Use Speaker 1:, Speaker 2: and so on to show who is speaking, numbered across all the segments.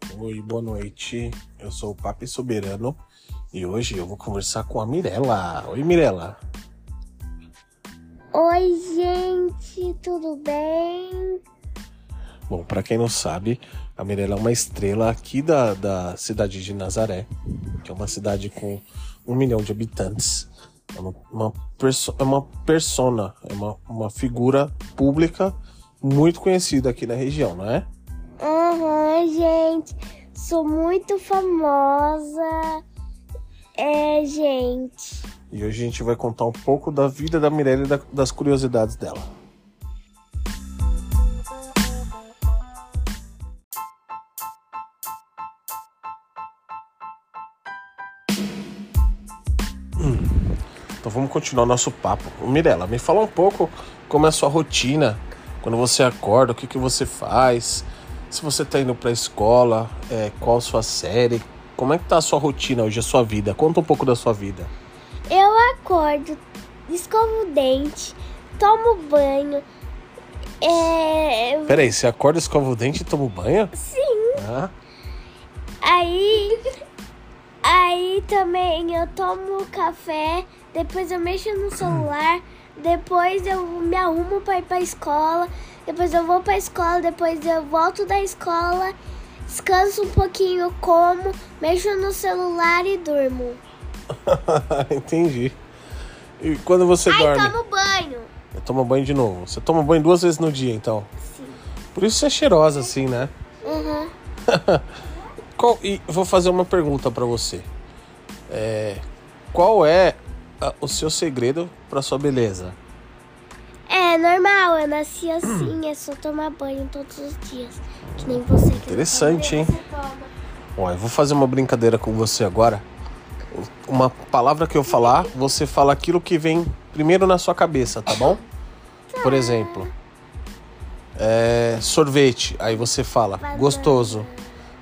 Speaker 1: Gustavo e boa noite. Eu sou o Papi Soberano e hoje eu vou conversar com a Mirella. Oi, Mirella.
Speaker 2: Oi, gente, tudo bem?
Speaker 1: Bom, para quem não sabe, a Mirella é uma estrela aqui da, da cidade de Nazaré, que é uma cidade com um milhão de habitantes. É uma, uma, perso é uma persona, é uma, uma figura pública muito conhecida aqui na região, não é?
Speaker 2: Aham, gente, sou muito famosa. É, gente.
Speaker 1: E hoje a gente vai contar um pouco da vida da Mirella e da- das curiosidades dela. Hum, Então vamos continuar nosso papo. Ô, Mirella, me fala um pouco como é a sua rotina, quando você acorda, o que, que você faz, se você tá indo pra escola, é, qual a sua série, como é que tá a sua rotina hoje, a sua vida? Conta um pouco da sua vida.
Speaker 2: Eu acordo, escovo o dente, tomo banho. É.
Speaker 1: Peraí, você acorda, escova o dente e toma um banho?
Speaker 2: Sim,
Speaker 1: Ah,
Speaker 2: aí. Aí também eu tomo café, depois eu mexo no celular, depois eu me arrumo pra ir pra escola, depois eu vou pra escola, depois eu volto da escola, descanso um pouquinho, como, mexo no celular e durmo.
Speaker 1: entendi. E quando você
Speaker 2: Aí
Speaker 1: dorme?
Speaker 2: tomo banho.
Speaker 1: Toma banho de novo. Você toma banho duas vezes no dia, então.
Speaker 2: um- Sim.
Speaker 1: Por isso você é cheirosa assim, né?
Speaker 2: Uhum.
Speaker 1: Qual- e vou fazer uma pergunta pra você. É, qual é a- o seu segredo pra sua beleza?
Speaker 2: É normal, eu nasci assim, é só tomar banho todos os dias. Que nem você. que
Speaker 1: Interessante, hein?
Speaker 2: não toma.
Speaker 1: Ó, eu vou fazer uma brincadeira com você agora. Uma palavra que eu falar, você fala aquilo que vem primeiro na sua cabeça, tá bom? Por exemplo, é, sorvete. Aí você fala, gostoso.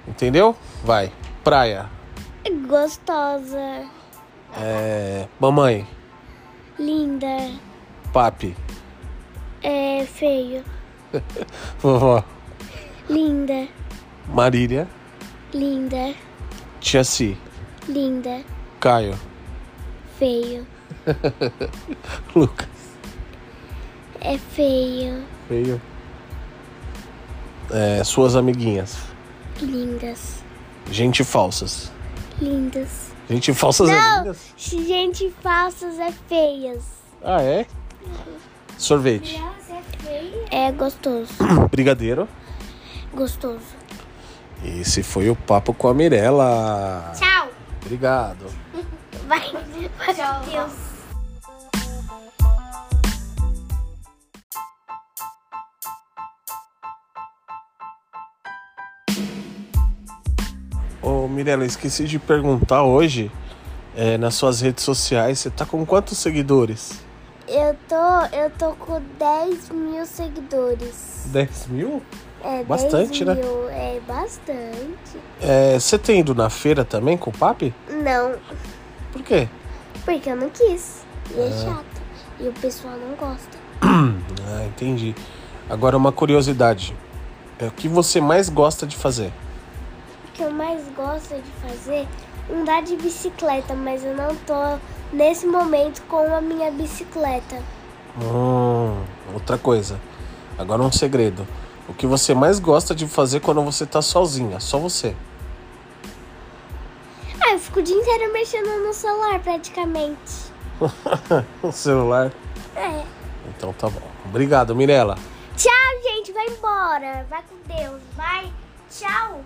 Speaker 1: Entendeu? Vai. Praia.
Speaker 2: Gostosa,
Speaker 1: É, mamãe.
Speaker 2: linda,
Speaker 1: Papi.
Speaker 2: é feio.
Speaker 1: Vovó.
Speaker 2: Linda,
Speaker 1: Marília.
Speaker 2: linda,
Speaker 1: Tia Si.
Speaker 2: linda,
Speaker 1: Caio.
Speaker 2: feio.
Speaker 1: Lucas.
Speaker 2: É feio.
Speaker 1: Feio. É, suas amiguinhas.
Speaker 2: Lindas,
Speaker 1: Gente falsas.
Speaker 2: lindas.
Speaker 1: Gente falsas é
Speaker 2: Não,
Speaker 1: lindas?
Speaker 2: gente falsas é feias.
Speaker 1: Ah, é? Sorvete.
Speaker 2: É gostoso,
Speaker 1: Brigadeiro.
Speaker 2: gostoso.
Speaker 1: Esse foi o papo com a Mirella.
Speaker 2: Tchau.
Speaker 1: Obrigado.
Speaker 2: Vai. Tchau. Deus.
Speaker 1: Ô Mirella, esqueci de perguntar hoje. é, nas suas redes sociais, você tá com quantos seguidores?
Speaker 2: Eu tô, eu tô com 10 mil seguidores.
Speaker 1: 10 mil?
Speaker 2: É,
Speaker 1: Bastante,
Speaker 2: 10 mil, né? É bastante.
Speaker 1: É, você tem ido na feira também com o papi?
Speaker 2: Não,
Speaker 1: Por quê?
Speaker 2: porque eu não quis. E é chato. E o pessoal não gosta.
Speaker 1: Ah, entendi. Agora uma curiosidade. É, o que você mais gosta de fazer?
Speaker 2: O que eu mais gosto de fazer é andar de bicicleta, mas eu não tô nesse momento com a minha bicicleta.
Speaker 1: Hum, outra coisa. Agora um segredo. O que você mais gosta de fazer quando você tá sozinha? Só você.
Speaker 2: Ah, eu fico o dia inteiro mexendo no celular praticamente.
Speaker 1: o celular.
Speaker 2: É.
Speaker 1: Então tá bom. Obrigado, Mirella.
Speaker 2: Tchau, gente. Vai embora. Vai com Deus. Vai. Tchau.